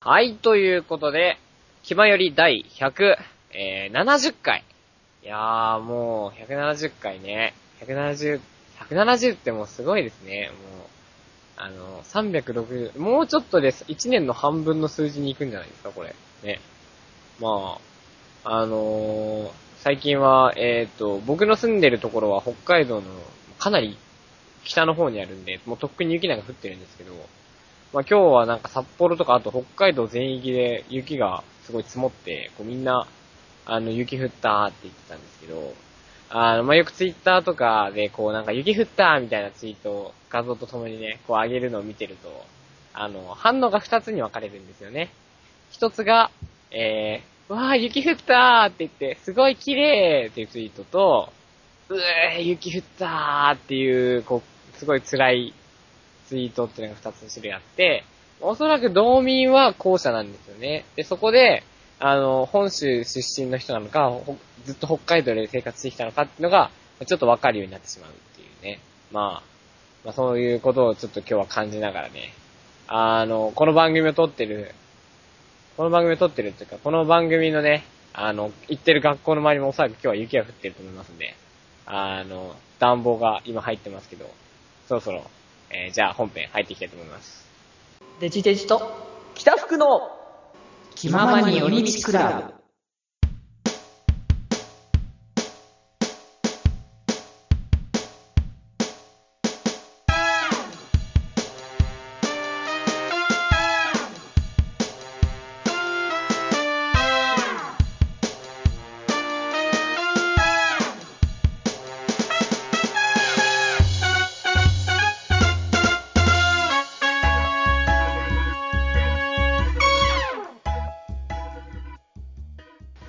はい、ということで、気まより第100、えー、70回。いやー、もう、170回ね。170、170ってもうすごいですね。もう、あの、360、もうちょっとです。1年の半分の数字に行くんじゃないですか、これ。ね。まあ、あのー最近は、えっ、と、僕の住んでるところは北海道のかなり北の方にあるんで、もうとっくに雪なんか降ってるんですけど、まあ今日はなんか札幌とかあと北海道全域で雪がすごい積もって、こうみんな、あの、雪降ったーって言ってたんですけど、あの、まあよくツイッターとかでこうなんか雪降ったーみたいなツイートを画像とともにね、こう上げるのを見てると、あの、反応が二つに分かれるんですよね。一つが、えー、わー、雪降ったーって言って、すごい綺麗っていうツイートと、うえー、雪降ったーっていう、こう、すごい辛いツイートっていうのが二つ種類あって、おそらく道民は後者なんですよね。で、そこで、あの、本州出身の人なのか、ほずっと北海道で生活してきたのかっていうのが、ちょっとわかるようになってしまうっていうね。まあ、まあそういうことをちょっと今日は感じながらね、あの、この番組を撮ってる、この番組を撮ってるっていうか、この番組のね、あの、行ってる学校の周りもおそらく今日は雪が降ってると思いますんで、あの、暖房が今入ってますけど、そろそろ、えーじゃあ本編入っていきたいと思います。デジデジと北福の気ままに寄り道クラブ。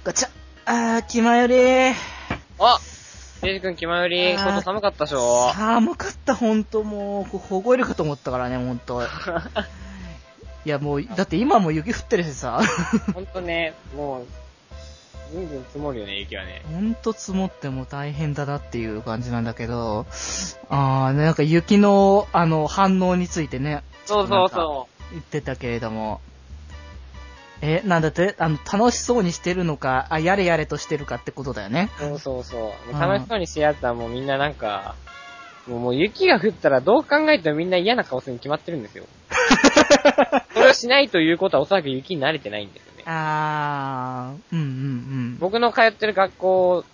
ガチャあー、気まよりあデイジ君気前より、あー外寒かったでしょ寒かった、ほんともう、こう凍えるかと思ったからね、ほんと。いや、もう、だって今も雪降ってるしさ、ほんとね、もう、ぐんぐん積もるよね、雪はね。ほんと積もってもう大変だなっていう感じなんだけど、あー、ねなんか雪の、あの、反応についてね、そうそうそ言ってたけれども。え、なんだって、あの、楽しそうにしてるのか、あ、やれやれとしてるかってことだよね。う。そうそうそう。うもんう楽しそうにしてやったらもうみんななんか、もうもう雪が降ったらどう考えてもみんな嫌な顔するに決まってるんです よ。それをしないということはおそらく雪に慣れてないんですよね。あー、うんうんうん。僕の通ってる学校、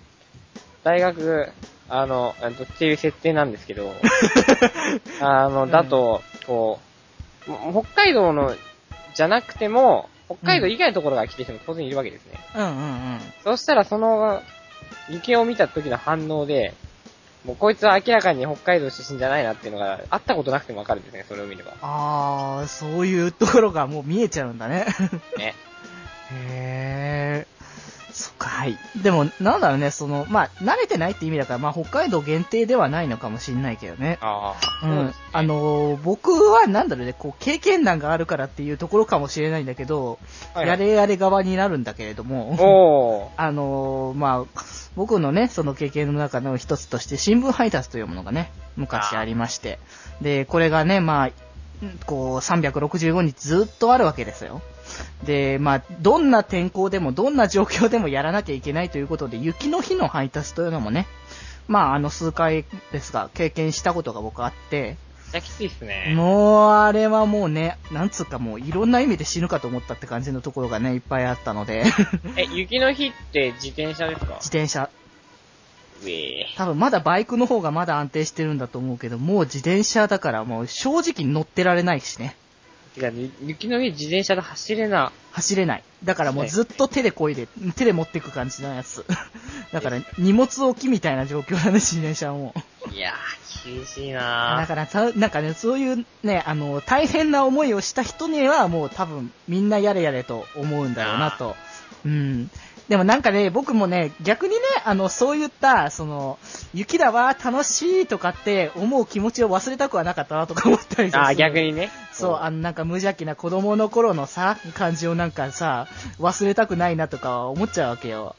大学、あの、えっとっていう設定なんですけ ど、あの、だと、こう、も北海道の、じゃなくても、北海道以外のところから来てる人も当然いるわけですね。うんうんうん。そうしたら、その、雪を見た時の反応で、もうこいつは明らかに北海道出身じゃないなっていうのが、会ったことなくてもわかるんですね、それを見れば。あー、そういうところがもう見えちゃうんだね。ね。 へー。そっか、はい。でも、なんだろうね、その、まあ、慣れてないって意味だから、まあ、北海道限定ではないのかもしんないけどね。あうあん。あ、のー僕はなんだろうね、こう、経験談があるからっていうところかもしれないんだけど、はいやれやれ側になるんだけれども、おー。あのーまあ、僕のね、その経験の中の一つとして、新聞配達というものがね、昔ありまして、で、これがね、まあ、こう、365日ずっとあるわけですよ。で、まあ、どんな天候でも、どんな状況でもやらなきゃいけないということで、雪の日の配達というのもね、まあ、あの、数回ですが、経験したことが僕あって、じゃきついっすね。もう、あれはもうね、なんつうかもう、いろんな意味で死ぬかと思ったって感じのところがね、いっぱいあったので、 え、雪の日って自転車ですか自転車、うえ多分まだバイクの方がまだ安定してるんだと思うけど、もう自転車だからもう正直乗ってられないしね。てか、ゆ雪の上自転車で走れな。走れない。だからもうずっと手で漕いで、手で持っていく感じのやつ。 だから荷物置きみたいな状況だね、自転車はもう。いやー、厳しいだなからさ、なんかね、そういうね、あの、大変な思いをした人にはもう多分みんなやれやれと思うんだろうなと。うん。でもなんかね、僕もね、逆にね、あの、そういった、その、雪だわ、楽しいとかって思う気持ちを忘れたくはなかったなとか思ったりするあー、逆。にね。そう、あの、なんか無邪気な子供の頃のさ、感じをなんかさ、忘れたくないなとか思っちゃうわけよ。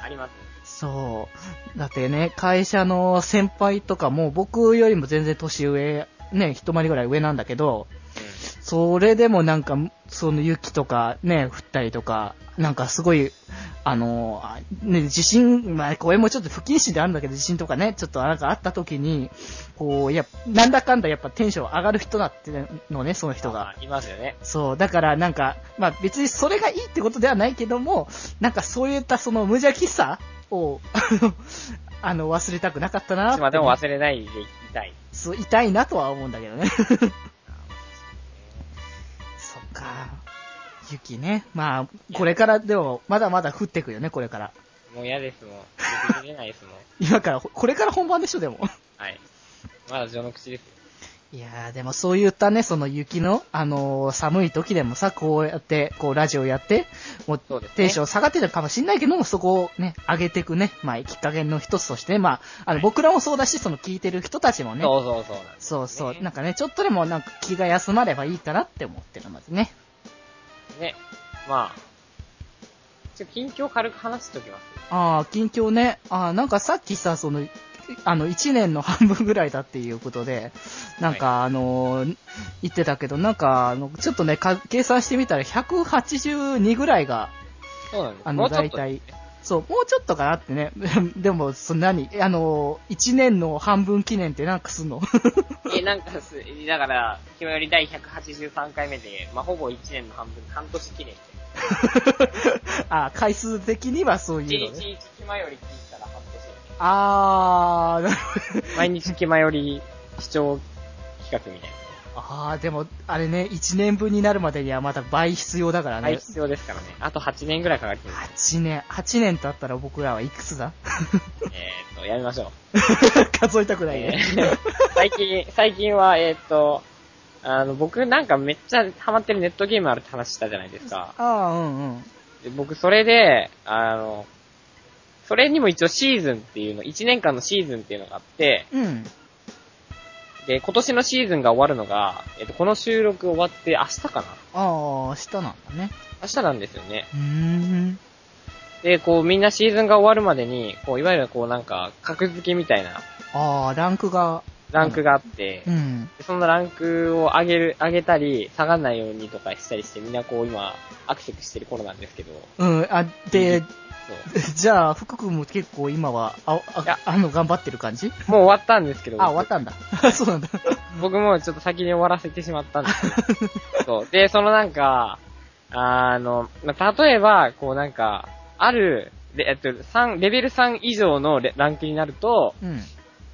あります。そう。だってね、会社の先輩とかも僕よりも全然年上、ね、一回りぐらい上なんだけど、それでもなんか、その雪とかね、降ったりとか、なんかすごい、あの、あね、地震、まあ、これもちょっと不謹慎であるんだけど、地震とかね、ちょっとなんかあった時に、こう、いや、なんだかんだやっぱテンション上がる人だってのね、その人が。あいますよね。そう、だからなんか、まあ別にそれがいいってことではないけども、なんかそういったその無邪気さを、 あの、忘れたくなかったなっいてつまでも忘れないでいたい。そう、痛いなとは思うんだけどね。 そっか。雪ね。まあ、これから、でも、まだまだ降ってくよね、これから。もう嫌ですもん。出てれないです もん。今から、ほこれから本番でしょ、でも。はい。まだ序の口ですよ。 いやー、でもそういったね、その雪の、あのー寒い時でもさ、こうやって、こうラジオやって、もうそうですねテンション下がってたかもしんないけども、そこをね、上げていくね、まあ、きっかけの一つとして、まあ、あの、僕らもそうだし、その聞いてる人たちもね、そうそうそうなんです。そうそう、ねなんかね、ちょっとでもなんか気が休まればいいかなって思ってるのでね。ね。まあ。ちょ、近況軽く話しときます。ああ、近況ね。ああ、なんかさっきさ、その、あの、1年の半分ぐらいだっていうことで、なんか、あのー言ってたけど、なんか、あのちょっとねか、計算してみたら182ぐらいが、そうなんです。あもの、うちょっ大とですね体、そう、もうちょっとかなってね。 でも、そんなに、あのー、1年の半分記念ってなんかすんの え、なんかす、だから、今日より第183回目で、まあ、ほぼ1年の半分、半年記念で。ああ、回数的にはそういう1のね。日1前より聞いたら半年。ああ、なるほど。毎日気前より視聴企画みたいああ、でも、あれね、1年分になるまでにはまた倍必要だからな。ね。はい、必要ですからね。あと8年ぐらいかかってる。 8年、8年経ったら僕らはいくつだ えーっと、やめましょう。数えたくないえね。ー最近、最近は、えーっと、あの、僕なんかめっちゃハマってるネットゲームあるって話したじゃないですか。ああ、うんうん。で僕、それで、あの、それにも一応シーズンっていうの、1年間のシーズンっていうのがあって、うん。で、今年のシーズンが終わるのが、えっと、この収録終わって明日かなああ、下なんだね。明日なんですよね。うーん。で、こう、みんなシーズンが終わるまでに、こう、いわゆるこう、なんか、格付けみたいなああ、ランクが、ランクがあって、うん。でそのランクを上げる、上げたり、下がらないようにとかしたりして、みんなこう、今、アクセスしてる頃なんですけど、うん、あ、で、そう。 じゃあ、福君も結構今は、あ、いあやあの、頑張ってる感じもう終わったんですけど、あ、終わったんだ。 そうなんだ。僕もちょっと先に終わらせてしまったん ですけど。そう。で、そのなんか、あの、まあ例えば、こうなんか、ある、でえっと、3、レベル3以上のレランクになると、うん。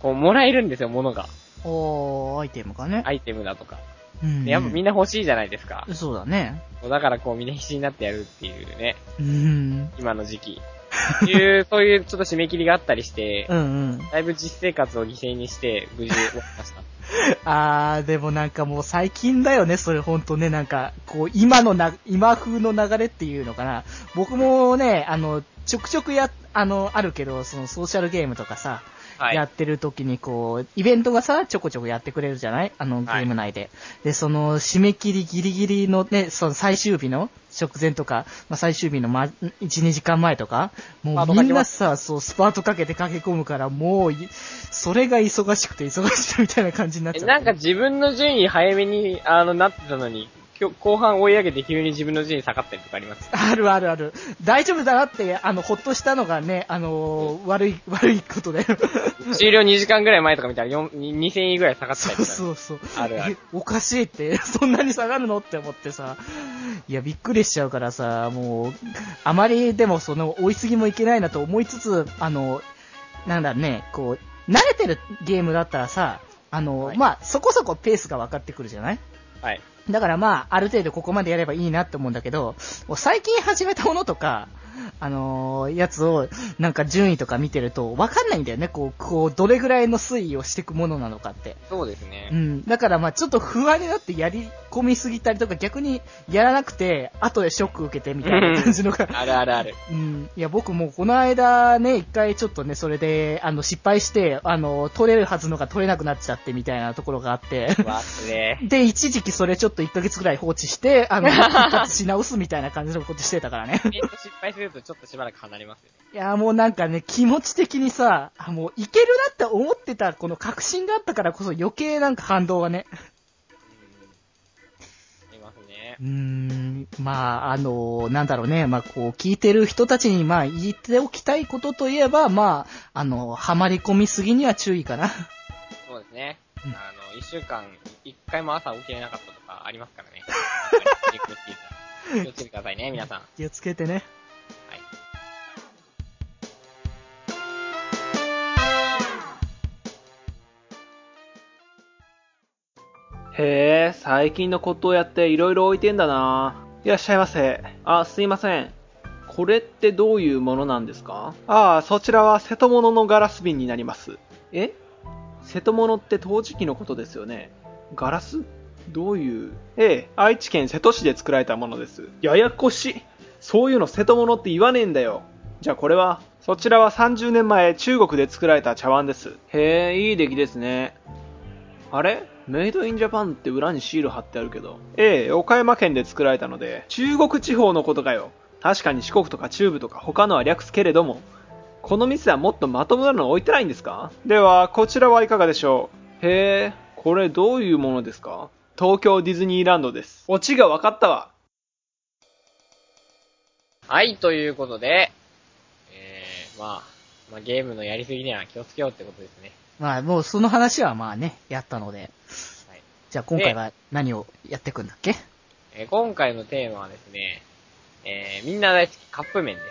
こう、もらえるんですよ、物が。おー、アイテムかね。アイテムだとか。うん。でやっぱみんな。な欲しいじゃないですか。そうだね。そうだからこう、みんな必死になってやるっていうね、うん。今の時期。いう、 そういうちょっと締め切りがあったりしてう、んうん。だいぶ実生活を犠牲にして、無事終わりました。 あー、でもなんかもう最近だよね、それほんとね、なんか、こう、今のな、今風の流れっていうのかな。僕もね、あの、ちょくちょくや、あの、あるけど、そのソーシャルゲームとかさ、はい。やってる時にこう、イベントがさ、ちょこちょこやってくれるじゃないあの、ゲはいーム内で。で、その、締め切りギリギリのね、その最終日の直前とか、まあ、最終日のま、1、2時間前とか、もパートうかみけんまなすさ、そう、スパートかけて駆け込むから、もうい、それが忙しくて忙しくてみたいな感じになっちえゃって。なんか自分の順位早めに、あの、なってたのに、今日後半追い上げて急に自分の順位下がったりとかあります。あるあるある。大丈夫だなって、あの、ほっとしたのがね、あのー悪い、 悪いことで。終了2時間ぐらい前とか見たら4 2000位ぐらい下がったりそうとか。そうそう。あるあるえおかしいって、 そんなに下がるのって思ってさ。いや、びっくりしちゃうからさ、もう、あまりでもその、追いすぎもいけないなと思いつつ、あの、なんだろうね、こう、慣れてるゲームだったらさ、あの、はいまあ、そこそこペースが分かってくるじゃないはい。だからまあ、ある程度ここまでやればいいなって思うんだけど、もう最近始めたものとか、あのーやつを、なんか順位とか見てると、わかんないんだよね。こう、こう、どれぐらいの推移をしていくものなのかって。そうですうね。ん。だからまあ、ちょっと不安になってやり込みすぎたりとか、逆にやらなくて、後でショック受けてみたいな感じのが。あるあるある。うん。いや、僕もうこの間ね、一回ちょっとね、それで、あの、失敗して、あの、取れるはずのが取れなくなっちゃってみたいなところがあって。忘れ。で、一時期それちょっと1ヶ月ぐらい放置して、あの、 復活し直すみたいな感じのことしてたからね。イベント失敗するとちょっとしばらく離れますよね。いや、もうなんかね、気持ち的にさ、あもういけるなって思ってた、この確信があったからこそ余計なんか反動がね。うん。いますね。うーん、まあ、あの、なんだろうね、まあ、こう、聞いてる人たちに、まあ、言っておきたいことといえば、まあ、あの、はまり込みすぎには注意かな。 そうですね。うんあの、一週間、一回も朝起きれなかったとかありますから ね。気をつけて気をつけてくださいね、皆さん。は気をつけてね。い。へえ、最近の骨董屋って色々置いてんだな。いらっしゃいませ。あ、すいません。これってどういうものなんですかああ、そちらは瀬戸物のガラス瓶になります。え瀬戸物って陶磁器のことですよね。ガラスどういうええ、愛知県瀬戸市で作られたものです。ややこしい。そういうの瀬戸物って言わねえんだよ。じゃあこれはそちらは30年前中国で作られた茶碗です。へえ、いい出来ですね。あれメイドインジャパンって裏にシール貼ってあるけど。ええ、岡山県で作られたので、中国地方のことかよ。確かに四国とか中部とか他のは略すけれども、この店はもっとまともなの置いてないんですかでは、こちらはいかがでしょうへえ、これどういうものですか東京ディズニーランドです。オチが分かったわ。はい、ということで、えー、まあ、まあ、ゲームのやりすぎには気をつけようってことですね。まあ、もうその話はまあね、やったので。はい。じゃあ今回は何をやっていくんだっけえー今回のテーマはですね、えー、みんな大好きカップ麺です。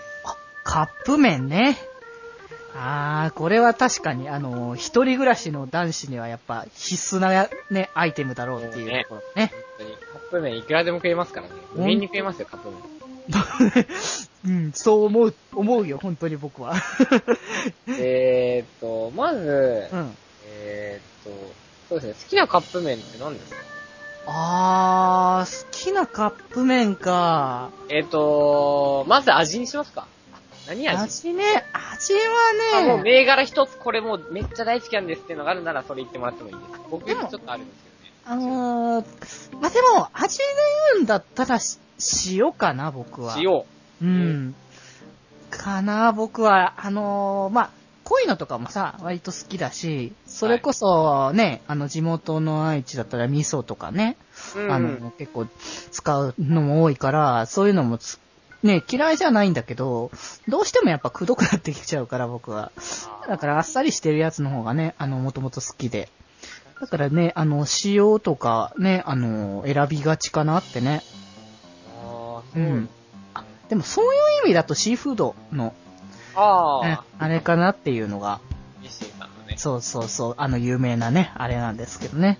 カップ麺ね。あー、これは確かに、あの、一人暮らしの男子にはやっぱ必須なね、アイテムだろうっていうところね。本当に。カップ麺いくらでも食えますからね。無限に食えますよ、カップ麺。うん、そう思う、思うよ、本当に僕は。えーっと、まず、うん。えーっと、そうですね、好きなカップ麺って何ですかあー、好きなカップ麺か。えーっと、まず味にしますか何味味ね、味あもはうね、銘柄一つこれもうめっちゃ大好きなんですっていうのがあるならそれ言ってもらってもいいです。僕ちでょもっとあるんですあのー、まあ、でも、味で言うんだったらし、塩かな、僕けどは。ね。塩。うん。かな、僕は、あのーまあ、濃いのとかもさ、割と好きだし、それこそね、あの、地元の愛知だったら味噌とかね、うん。あの、結構使うのも多いから、そういうのもつね、嫌いじゃないんだけど、どうしてもやっぱくどくなってきちゃうから、僕は。だからあっさりしてるやつの方がね、あの、もともと好きで。だからね、あの、塩とかね、あの、選びがちかなってね。あー、うそう。ん。あ、でもそういう意味だとシーフードの、あねあ、、あれかなっていうのが、西井さんのね。そうそうそう、あの有名なね、あれなんですけどね。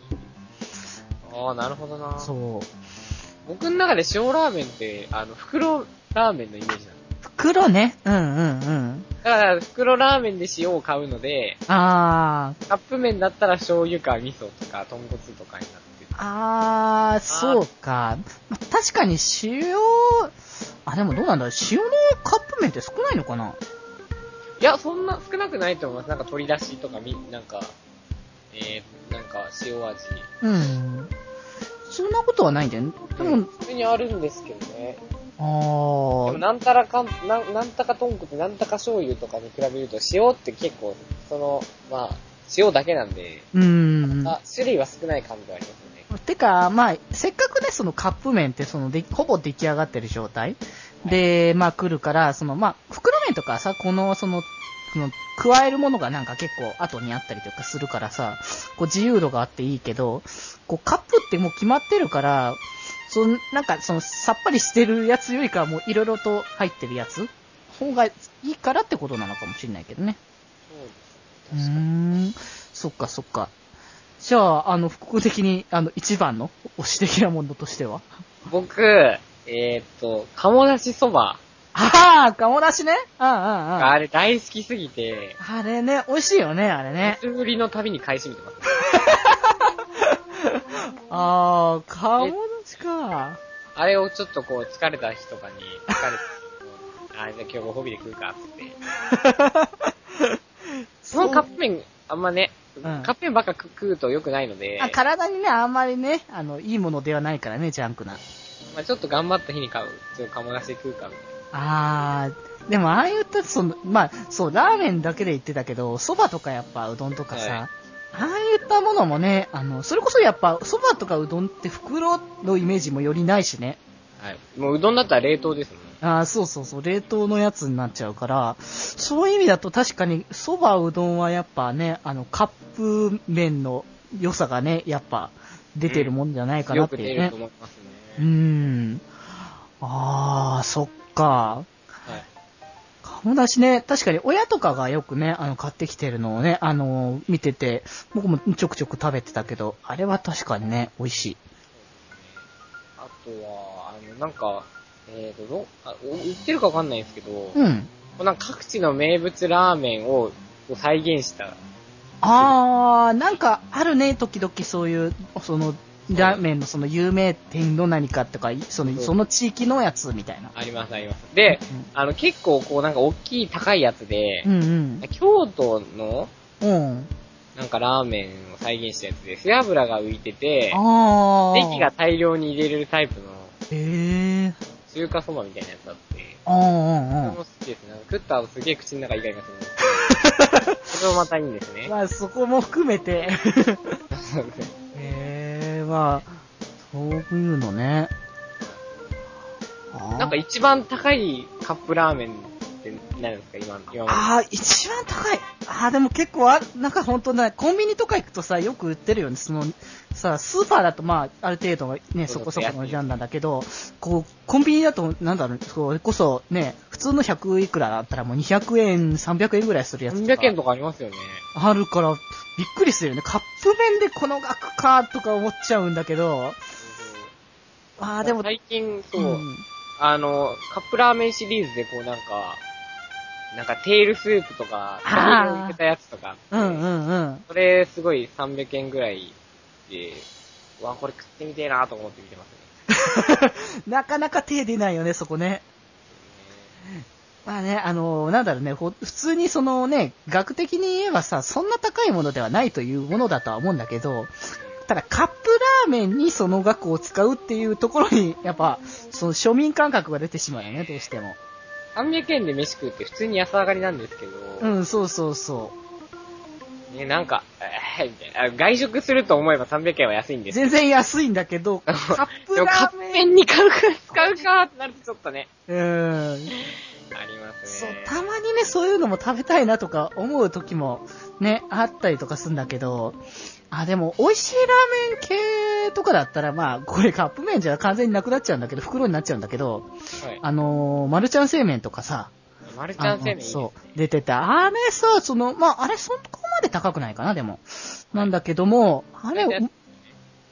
ああ、なるほどな。そう。僕の中で塩ラーメンって、あの、袋ラーメンのイメージなの。袋ね。うんうんうん。だから、袋ラーメンで塩を買うので、あー、カップ麺だったら醤油か味噌とか豚骨とかになってる。あー、そうか。ま確かに塩、あ、でもどうなんだろう塩のカップ麺って少ないのかないや、そんな少なくないと思います。なんか鶏だしとかみ、なんか、えー、なんか塩味。うん。そんなことはないんだよね。でも、普通にあるんですけどね。でもあなんたらかん、なんなんたか豚骨、なんたか醤油とかに比べると、塩って結構、その、まあ、塩だけなんで、ー、うん。あ種類は少ない感じはありますよね。てか、まあ、せっかくね、そのカップ麺って、そので、ほぼ出来上がってる状態で、まあ、来るから、その、まあ、袋麺とかさ、この、その、その、加えるものがなんか結構後にあったりとかするからさ、こう自由度があっていいけど、こうカップってもう決まってるから、その、なんかその、さっぱりしてるやつよりかはもういろいろと入ってるやつ方がいいからってことなのかもしれないけどね。そううです。確かに。ーん、そっかそっか。じゃあ、あの、副交的に、あの、一番の推し的なものとしては僕、えーっと、鴨だしそばああ、鴨出しね。うんうんうん。がああれ大好きすぎて、れね、美味しいよね、あれね。久しぶりの旅に買い占めてます。ああ、鴨出し か。あれをちょっとこう、疲れた日とかに、疲れたあ れじゃあ今日ご褒美で食うかっつって。そのカップ麺、あんまね、んカップ麺ばっか食食うと良くないので、あ体にね、あんまりね、あの、いいものではないからね、ジャンクな。まあちょっと頑張った日に買う。ちょっと鴨出しで食うかみたいああ、でもああいうと、その、まあ、そう、ラーメンだけで言ってたけど、蕎麦とかやっぱうどんとかさ、はいああいったのものもね、あの、それこそやっぱ、蕎麦とかうどんって袋のイメージもよりないしね。はい。もううどんだったら冷凍ですもんね。ああ、そうそうそう、冷凍のやつになっちゃうから、そういう意味だと確かに、蕎麦うどんはやっぱね、あの、カップ麺の良さがね、やっぱ、出てるもんじゃないかなよっくて出いうるねと。思いますうね。ん。ああ、そっか。はい。鴨だしね、確かに親とかがよくね、あの、買ってきてるのをね、あの、見てて、僕もちょくちょく食べてたけど、あれは確かにね、美味しい。あとは、あの、なんか、えーと、ど、あ、お売ってるかわかんないんですけど、こうん。うなんか各地の名物ラーメンをこう再現した。あー、なんかあるね、時々そういう、その、ラーメンのその有名店の何かとか、いその、その地域のやつみたいな。あります、あります。で、あの、結構こうなんか大きい高いやつでう、ん京都のうん。うん。なんかラーメンを再現したやつで、背脂が浮いてて、あー。ネギが。大量に入れれるタイプのへー。中華そばみたいなやつだって、あー、それあーも好きですね。なんか食った後すげえ口の中イガイガするんですけど それもまたいいんですあー。ね。 まあ、そこも含めて。へえ、まあ、そういうのね。なんか一番高いカップラーメンって何ですか今、今まあーあー、一番高い。ああ、でも結構あ、なんか本当ね、コンビニとか行くとさ、よく売ってるよね。その、さ、スーパーだとまあ、ある程度のね、そこそこの値段なんだけど、こう、コンビニだと、なんだろう、それこそね、普通の100いくらだったらもう200円、300円ぐらいするで。やつ300円ととかかありますよね。あるから、びっくりするよね。カップ麺でこの額か、とか思っちゃうんだけど、ああ、でも、最近、そう、んあの、カップラーメンシリーズでこうなんか、なんかテールスープとか、あー大量に入れたやつとかあうってんうんうん。それすごい300円ぐらいで、うわ、これ食ってみてえなと思って見てますね。なかなか手出ないよね、そこね。まあね、あのなんだろうね、ほ普通にそのね、額的に言えばさ、そんな高いものではないというものだとは思うんだけど、ただカップラーメンにその額を使うっていうところに、やっぱ、その庶民感覚が出てしまうよね、どうしても。 300円で飯食うって普通に安上がりなんですけど、うん、そうそうそね、なんか、えー、みたいなあ。外食すると思えば300円は安いんう。ですけ全然安いんだけど、カど。ップでもラカーップメン、麺に買うか、使うかってなるとちょっとね。うん、ありますそうね。、たまにね、そういうのも食べたいなとか思う時もね、あったりとかするんだけど、あ、でも、美味しいラーメン系とかだったら、まあ、これカップ麺じゃ完全になくなっちゃうんだけど、袋になっちゃうんだけど、はい。あのー、マルちゃん製麺とかさ、マルちあゃのん製麺いいですねそう、出てた。あれさ、その、まあ、あれそこまで高くないかな、でも。なんだけども、あれ、大体うん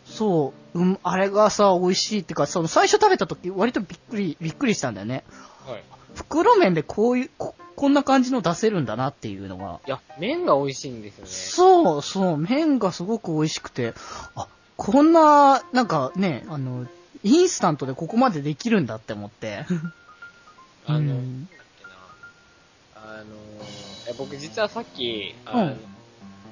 そう、うん、あれがさ、美味しいっていうか、その、最初食べた時、割とびっくり、びっくりしたんだよね。はい。袋麺でこういう、こ、こんな感じの出せるんだなっていうのが。いや、麺が美味しいんですよね。そうそう、麺がすごく美味しくて、あ、こんな、なんかね、あの、インスタントでここまでできるんだって思 って。あの、うんなんだっけな。あのー、え僕実はさっき、あの、うん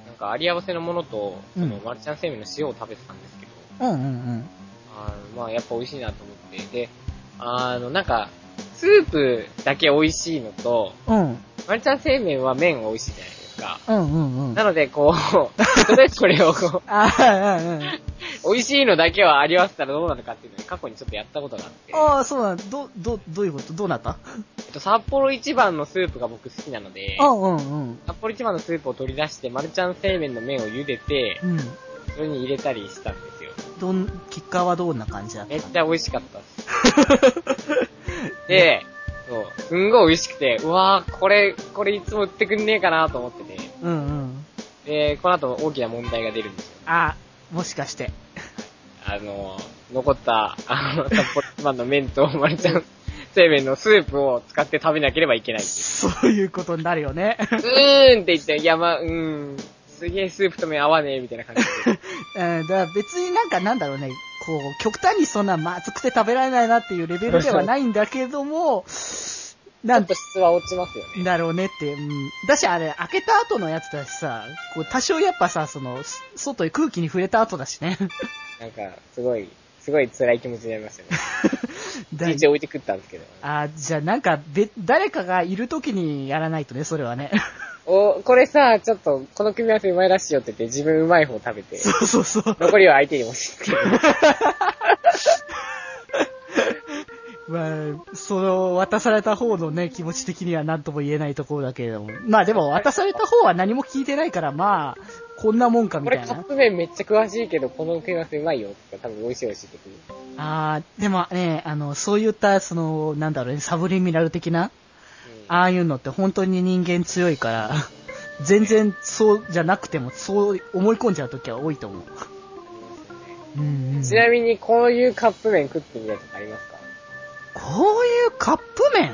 なんかあり合わせのものと、そのうんマルちゃん製麺の塩を食べてたんですけど、うんうんあの、まあやっぱ美味しいなと思って、で、あの、なんか、スープだけ美味しいのと、うん。うん、マルちゃん製麺は麺が美味しいじゃないですか。うんうんうん。なので、 こう、それぞれをこああ、うんうん。う、美味しいのだけはあり合わせたらどうなるかっていうのに過去にちょっとやったことがあって、えああ、そうなんど、ど、どういうことどうなったっと、札幌一番のスープが僕好きなので、あうんうん。札幌一番のスープを取り出して、マルちゃん製麺の麺を茹でてう、ん。それに入れたりしたんですよ。どん、結果はどんな感じだっためっちゃ美味しかったっす。で、そう、すんごい美味しくて、うわー、これ、これいつも売ってくんねえかなと思ってて、うんうん。で、この後大きな問題が出るんですよ。あもしかして。あの、残った、あの、札幌一番の麺とマルちゃん製麺のスープを使って食べなければいけないんです。そういうことになるよね。うーんって言って、いや、まあ、うーん、すげえスープと麺合わねえ、みたいな感じで。うん、だから別になんかなんだろうね、こう、極端にそんなまずくて食べられないなっていうレベルではないんだけども、ちょなっんと質は落ちますよね。だろうねって、うん。だしあれ、開けた後のやつだしさ、こう、多少やっぱさ、その、す外へ空気に触れた後だし ね。なんか、すごい、すごい辛い気持ちになりま したね。だ一応置いて食ったんですけど。あじゃあなんか、べ、誰かがいる時にやらないとね、それはね。お、これさ、ちょっと、この組み合わせうまいらしいよって言って、自分うまい方食べて、そう そうそう。残りは相手に押し付ける。まあ、その、渡された方のね、気持ち的には何とも言えないところだけれども。まあでも、渡された方は何も聞いてないから、まあ、こんなもんかみこたれいカッな。プ麺めっちゃ詳しいけど、この組み合わせうまいよって言ったら多分美味しい美味しいってくる。ああ、でもね、あの、そういった、その、なんだろうね、サブリミナル的うな、んああいうのって本当に人間強いから、 全然そうじゃなくても、そう思い込んじゃう時は多いと思う。うんうん、ちなみに、こういうカップ麺食ってみたいとかありますかこういうカップ麺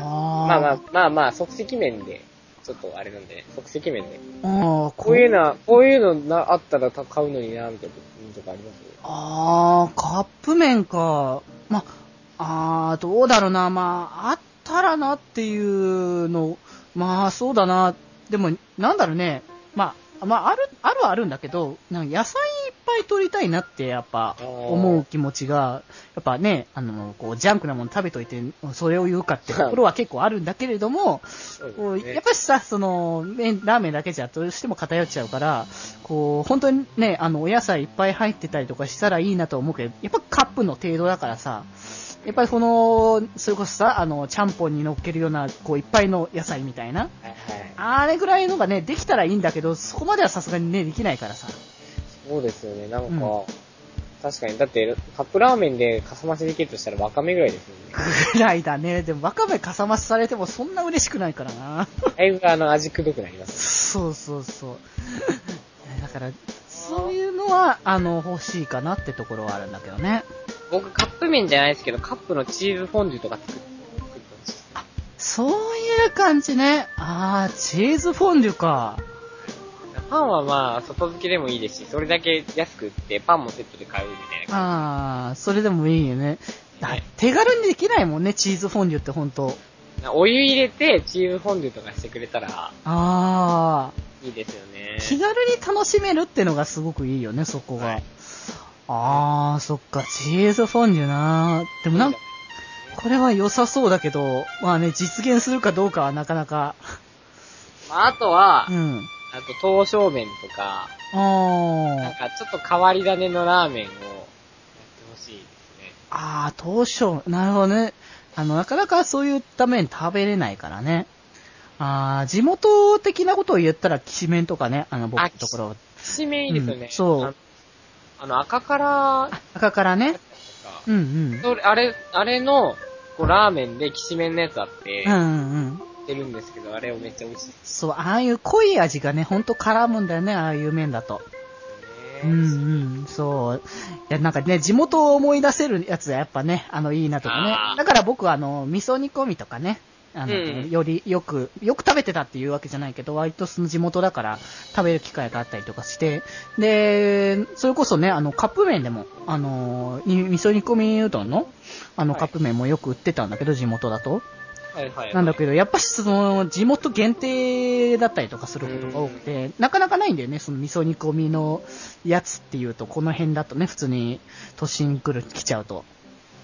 あまあまああ、まあまあ、即席麺で、ちょっとあれなんでね、即席麺で。あーこういうのは、こういうのなあったら買うのにな、みたいなのとかありますあー、カップ麺か。ま、あー、どうだろうな。まあ、あったらなっていうの、まあ、そうだな。でも、なんだろうね。まあ、まあ、ある、あるはあるんだけど、なんか野菜いっぱい取りたいなって、やっぱ、あー思う気持ちが、やっぱね、あの、こう、ジャンクなもの食べといて、それを言うかってところは結構あるんだけれども、こそううですねやっぱりさ、その、麺、ラーメンだけじゃどうしても偏っちゃうから、こう、本当にね、あの、お野菜いっぱい入ってたりとかしたらいいなと思うけど、やっぱカップの程度だからさ、やっぱりこの、それこそさ、あの、ちゃんぽんに乗っけるような、こう、いっぱいの野菜みたいな、はいはい。あれぐらいのがね、できたらいいんだけど、そこまではさすがにね、できないからさ。そうですよね、なんか、うん確かに、だって、カップラーメンでかさ増しできるとしたらわかめぐらいですよね。ぐらいだね。でも、わかめかさ増しされてもそんな嬉しくないからな。だいぶあの、味くどくなります。そうそうそう。 だから、そういうのは、あの、欲しいかなってところはあるんだけどね。僕、カップ麺じゃないですけど、カップのチーズフォンデュとか作って、作ってましそういう感じね。あー、チーズフォンデュか。た。パンはまあ、外付けでもいいですし、それだけ安く売って、パンもセットで買うみたいな。あー、それでもいいよね。だはい手軽にできないもんね、チーズフォンデュってほんと。お湯入れて、チーズフォンデュとかしてくれたら、あいいですよねー、。気軽に楽しめるってのがすごくいいよね、そこが。はいあー、そっか、チーズフォンデュなでもなんか、これは良さそうだけど、まあね、実現するかどうかはなかなか。まあ、あとは、うん。あと、刀削麺とか、なんあかちょっと変わり種のラーメンをやってほしいですね。あー、どうしよう。なるほどね。あの、なかなかそういった麺食べれないからね。ああ、地元的なことを言ったら、きしめんとかね、あの、僕のところ。七面いいですよね。うんそうあの。あの、赤からあ赤からとねか。、うんうん。それ、あれ、あれの、こう、ラーメンで、きしめんのやつあって、うんう売んうん。ってるんですけど、あれをめっちゃ美味しいでそう、ああいう濃い味がね、ほんと絡むんだよね、ああいう麺だと。すうね。んうん、そう。いや、なんかね、地元を思い出せるやつはやっぱね、あの、いいなとかねあ。ーだから僕は、あの、味噌煮込みとかね、あの、うんよりよく、よく食べてたっていうわけじゃないけど、割とその地元だから食べる機会があったりとかして、で、それこそね、あの、カップ麺でも、あの、に味噌煮込みうどんの、あの、はいカップ麺もよく売ってたんだけど、地元だと。はいはい。なんだけど、やっぱしその、地元限定だったりとかすることが多くて、なかなかないんだよね、その味噌煮込みのやつっていうと、この辺だとね、普通に都心来る、来ちゃうと。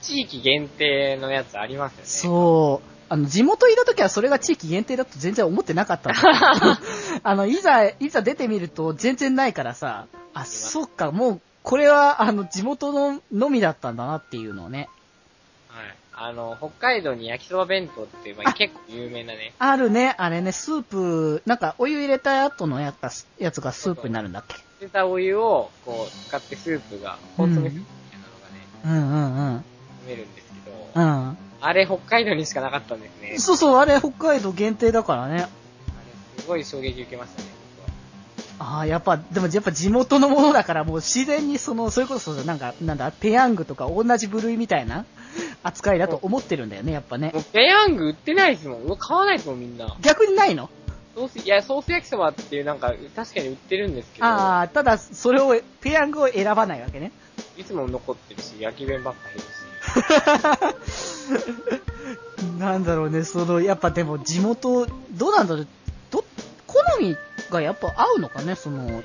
地域限定のやつありますよね。う。そう。あの、地元いた時はそれが地域限定だと全然思ってなかったんだけどあの、いざ、いざ出てみると全然ないからさ、あ、そっか、もう、これは、あの、地元の、のみだったんだなっていうのをね、はい。あの、北海道に焼きそば弁当って、まあ、あ結構有名なね。あるね、あれね、スープ、なんかお湯入れた後のやっぱやつがスープになるんだっけ。捨てたお湯を、こう、使ってスープが、コンソメスープみたいなのがね、うんうん飲めるんですけど、うん。うん。あれ北海道にしかなかったんですね。そうそう、あれ北海道限定だからね。あれすごい衝撃受けましたね、僕は。ああ、やっぱ、でもやっぱ地元のものだからもう自然にその、それこそなんか、なんだ、ペヤングとか同じ部類みたいな扱いだと思ってるんだよね、やっぱねも。うペヤング売ってないですもん。うわ買わないですもん、みんな。逆にないのソース、いや、ソース焼きそばっていうなんか、確かに売ってるんですけど、ああ、ただ、それを、ペヤングを選ばないわけね。いつも残ってるし、焼き弁ばっか減るし。なんだろうね、その、やっぱでも地元、どうなんだろう、ど、好みがやっぱ合うのかね、その、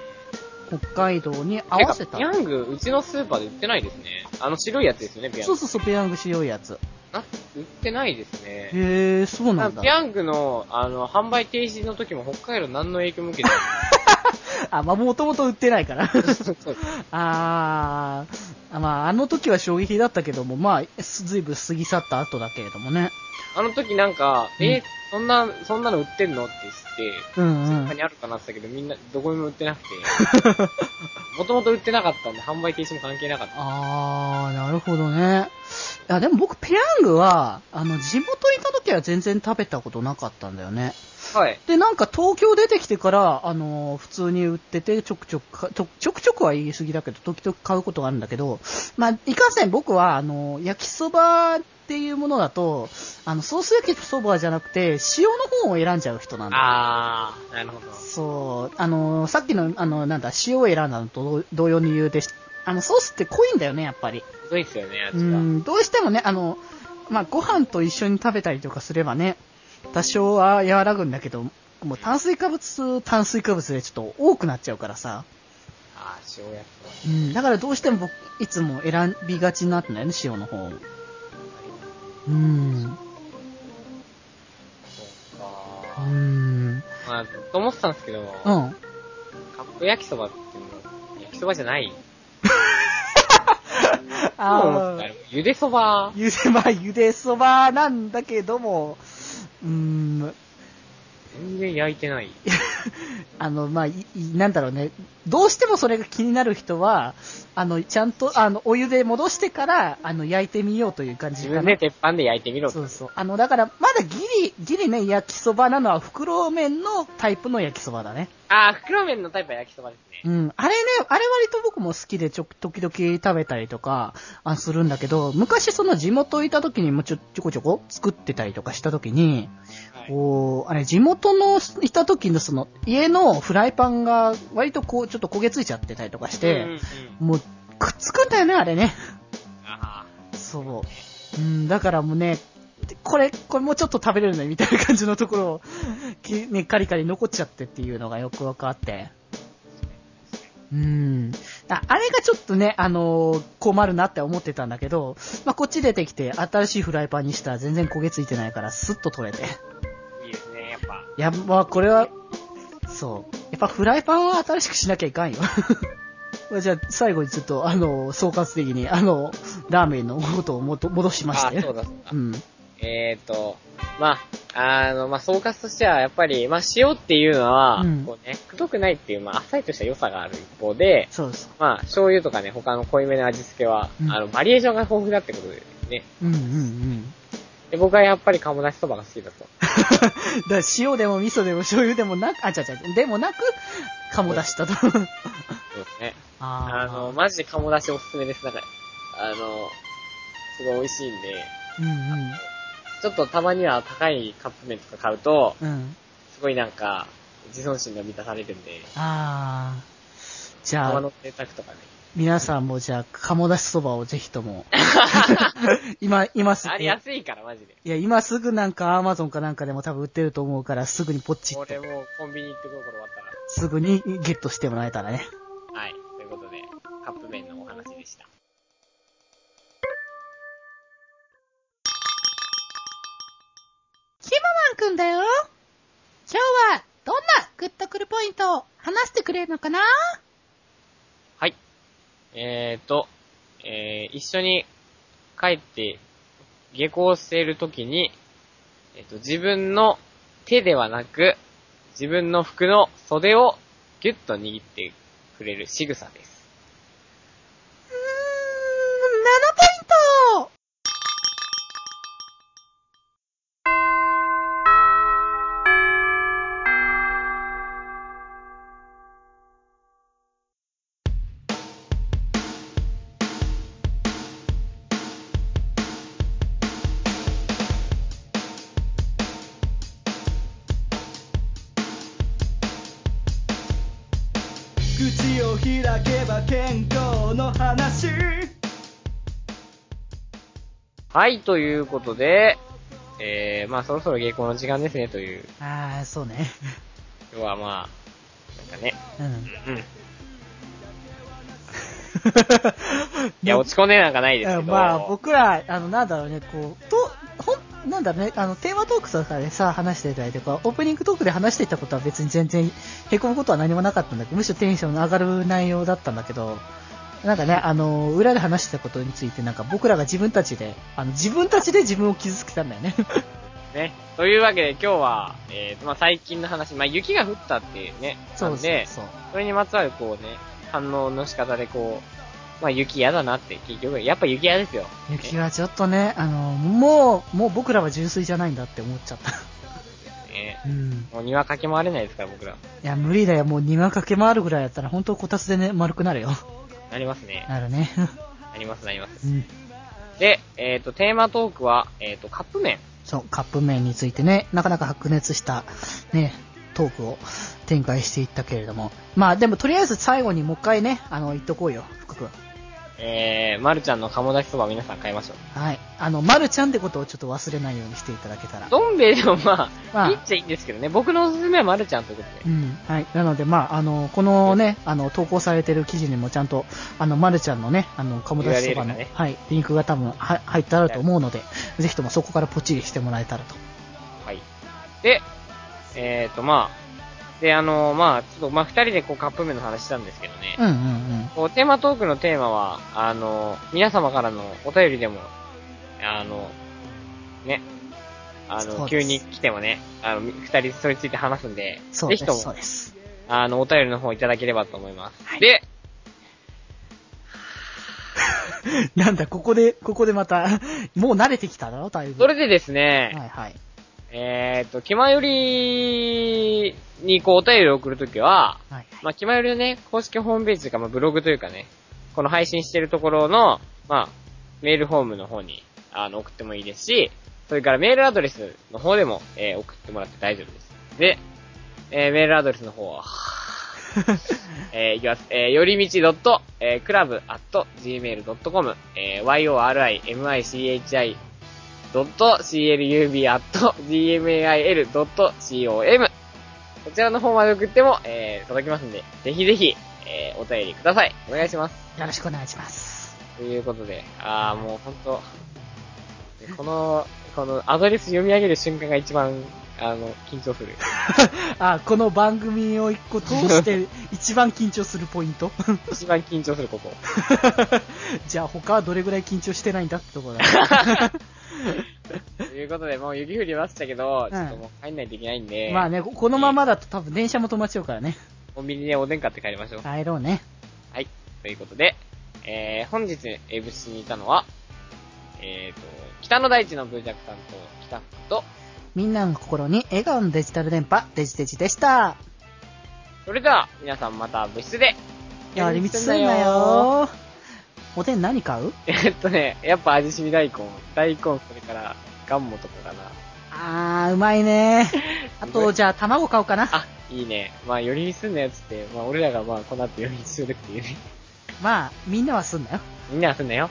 北海道に合わてせかたペ。ヤング、うちのスーパーで売ってないですね。あの白いやつですよね、ペヤンそうグ。そうそう、ペヤング白いやつ。な、売ってないですね。へえ、そうなんピだ。ヤングの、あの、販売停止の時も北海道何の影響も受けて あ、まあ、もともと売ってな いから。ない。そうあー、あまあ、あの時は衝撃だったけども、まあ、すずいぶん過ぎ去った後だけれどもね。あの時なんか、うんえ、そんな、そんなの売ってんのって知って、うんう他ん。にあるかなって言ったけど、みんなどこにも売ってなくて、 もともと売ってなかったんで、販売停止も関係なかった。あー、なるほどね。いや、でも僕、ペヤングは、あの、地元にいた時は全然食べたことなかったんだよね。はい。で、なんか東京出てきてから、あのー普通に売ってて、ちょくちょくか、ちょちょくちょくは言い過ぎだけど、時々買うことがあるんだけど、まあ、いかんせん僕は、あのー焼きそばっていうものだと、あの、ソース焼きそばじゃなくて、塩の方を選んじゃう人なんだ。あー、なるほど。そう、あのーさっきの、あの、なんだ、塩を選んだのと同様に言うで、あの、ソースって濃いんだよね、やっぱり。すごいっすよね、あっちうが。ん、どうしてもね、あの、まあ、ご飯と一緒に食べたりとかすればね、多少は和らぐんだけど、もう炭水化物、炭水化物でちょっと多くなっちゃうからさ。あー、塩焼きそうん、だからどうしても僕、いつも選びがちになってんだよね、塩の方を。うん。ば。う。そうんか。まあ、と思ってたんですけど、うカん。ップ焼きそばってもう、焼きそばじゃない。そうあ思ったら、ゆでそば。ゆで、まあ、ゆでそばなんだけども、うん、全然焼いてない。あの、まあ、いいなんだろうね。どうしてもそれが気になる人は、あの、ちゃんと、あの、お湯で戻してから、あの、焼いてみようという感じ自かな分で鉄板で焼いてみろってそうそう。あの、だから、まだギリ、ギリね、焼きそばなのは、袋麺のタイプの焼きそばだね。あー、袋麺のタイプは焼きそばですね。うん。あれね、あれ割と僕も好きで、ちょ、時々食べたりとか、あするんだけど、昔その地元いた時にもちょ、ちょこちょこ作ってたりとかした時に、はい。こう、あれ、地元の、いた時のその、家のフライパンが、割とこう、ちょっと焦げついちゃってたりとかしうんうて、んもう、くっつくんだよね、あれね。あそう。うん、だからもうね、これ、これもうちょっと食べれるね、みたいな感じのところを、き ね、カリカリ残っちゃってっていうのがよくわかって。うん。ああれがちょっとね、あのー困るなって思ってたんだけど、まあ、こっち出てきて、新しいフライパンにしたら全然焦げついてないから、スッと取れて。ーいいですね、やっぱ。いや、まあ、これは、そう。やっぱフライパンは新しくしなきゃいかんよ。 まあじゃあ、最後にちょっと、あの、総括的に、あの、ラーメンのことをもと戻しましあて。ー、そうだそうだう。ん。えーと、まあ、あの、まあ、総括としては、やっぱり、まあ、塩っていうのは、うんこうね、くどくないっていう、まあ、あっさりとした良さがある一方で、そうそう。まあ、醤油とかね、他の濃いめの味付けは、うんあの、バリエーションが豊富だってことですね。うんうんうん。で、僕はやっぱり鴨出しそばが好きだと。だから塩でも味噌でも醤油でもなく、あ、ちゃちゃ、でもなく、鴨 出したと。そうですね。ああーの、、マジで鴨出しおすすめです。なんか、あの、すごい美味しいんで、うんちょっとたまには高いカップ麺とか買うと、うん。うん。すごいなんか、自尊心が満たされるんで、あー。じゃ鴨あ、の贅沢とかね。皆さんもじゃあ、鴨出しそばをぜひと も。今、今すぐあれ安いから、マジで。いや、今すぐなんかアマゾンかなんかでも多分売ってると思うから、すぐにポチッ俺と、もうコンビニ行ってこよう、これ終わったら。すぐにゲットしてもらえたらね。はい。ということで、カップ麺のお話でした。キママンくんだよ。今日はどんなグッとくるポイントを話してくれるのかなはい。えーと、えー、一緒に帰って、下校している時に、えっ、と、自分の手ではなく、自分の服の袖をギュッと握ってくれる仕草です。うーん、7ポイント口を開けば健康の話はい、ということで、えー、まあそろそろ下校の時間ですね、という。あー、そうね。今日はまあ、なんかね、うん。うん。い や、落ち込んでなんかないですけど。まあ、僕ら、あの、なんだろうね、こう、と、ほん、なんだろうね、あの、テーマトークとかでさ、話してたりとか、オープニングトークで話していたことは別に全然、へこむことは何もなかったんだけど、むしろテンションの上がる内容だったんだけど、なんかね、あの、裏で話してたことについて、なんか僕らが自分たちで、あの、自分たちで自分を傷つけたんだよね。ね。というわけで今日は、えーと、まあ最近の話、まあ雪が降ったっていうね、そうなんで、そう。それにまつわるこうね、反応の仕方でこう、まあ雪嫌だなって、結局、やっぱ雪嫌ですよ。雪はちょっとね、あの、もう、もう僕らは純粋じゃないんだって思っちゃった。ね。うん。もう庭かけ回れないですから、僕ら。いや、無理だよ。もう庭駆け回るぐらいだったら、本当こたつでね、丸くなるよ。なりますね。なるね。なります、なります。 うん。で、えっ、と、テーマトークは、えっ、と、カップ麺。そう、カップ麺についてね、なかなか白熱した、ね、トークを展開していったけれども。まあ、でもとりあえず最後にもう一回ね、あの、言っとこうよ、福君。えー、まるちゃんの鴨だしそば皆さん買いましょう。はい。あの、まるちゃんってことをちょっと忘れないようにしていただけたら。どん兵衛でもままああ、いいっちゃいいんですけどね。僕のおすすめはまるちゃんということでう。ん。はい。なので、まあ、あの、このね、あの、投稿されてる記事にもちゃんと、あの、まるちゃんのね、あの、鴨出しそば URL の、がねはい、リンクが多分は入ってあると思うので、ぜひともそこからポチリしてもらえたらと。はい。で、えっ、と、まあ、で、あのまあ、ちょっと、まあ、二人でこうカップ麺の話したんですけどね。うんうんうん。こう、テーマトークのテーマは、あの皆様からのお便りでも、あのね、あその、うで急すに来てもね、あの、二人それについて話すんで、そうぜでひとす、もそうです。あの、お便りの方いただければと思います。で、なんだ、ここで、ここでまた、 もう慣れてきただろ、だいぶ。それでですね、はいはい。えっ、と、気まよりにこう、お便りを送るときは、はいまあ、気まよりのね、公式ホームページというか、まあ、ブログというかね、この配信してるところの、まあ、メールフォームの方に、あの、送ってもいいですし、それからメールアドレスの方でも、えー送ってもらって大丈夫です。で、えーメールアドレスの方は、えーいきます。えー、よりみち .club.gmail.com、えー、yorimichi .club.gmail.com こちらの方まで送っても、えー、届きますんで、ぜひぜひ、えー、お便りください。お願いします。よろしくお願いします。ということで、あー、もうほんと、この、このアドレス読み上げる瞬間が一番、あの、緊張す る。あ、この番組を一個通 して、一番緊張するポイント 一番緊張する、ここ。じゃあ他はどれぐらい緊張してないんだってところ だね。ということで、もう雪降りましたけど、んちょっともう帰んないといけないんで、まあね、ここのままだと多分電車も止まっちゃうからね。コンビニでおでん買って帰りましょう。帰ろうね。はい。ということで、えー、本日、エブシにいたのは、えーと、北の大地のブージャクさんと、北福と、みんなの心に笑顔のデジタル電波、デジデジでした。それでは、皆さんまた部室で。やりみつすんなよ。おでん何買う えっとね、やっぱ味しみ大根。大根、それから、ガンモとかかな。あー、うまいね。あと、じゃあ卵買おうかな。あ、いいね。まあ、寄りにすんのやつって、まあ、俺らがまあ、この後寄りにするっていうね。まあ、みんなはすんなよ。みんなはすんなよ。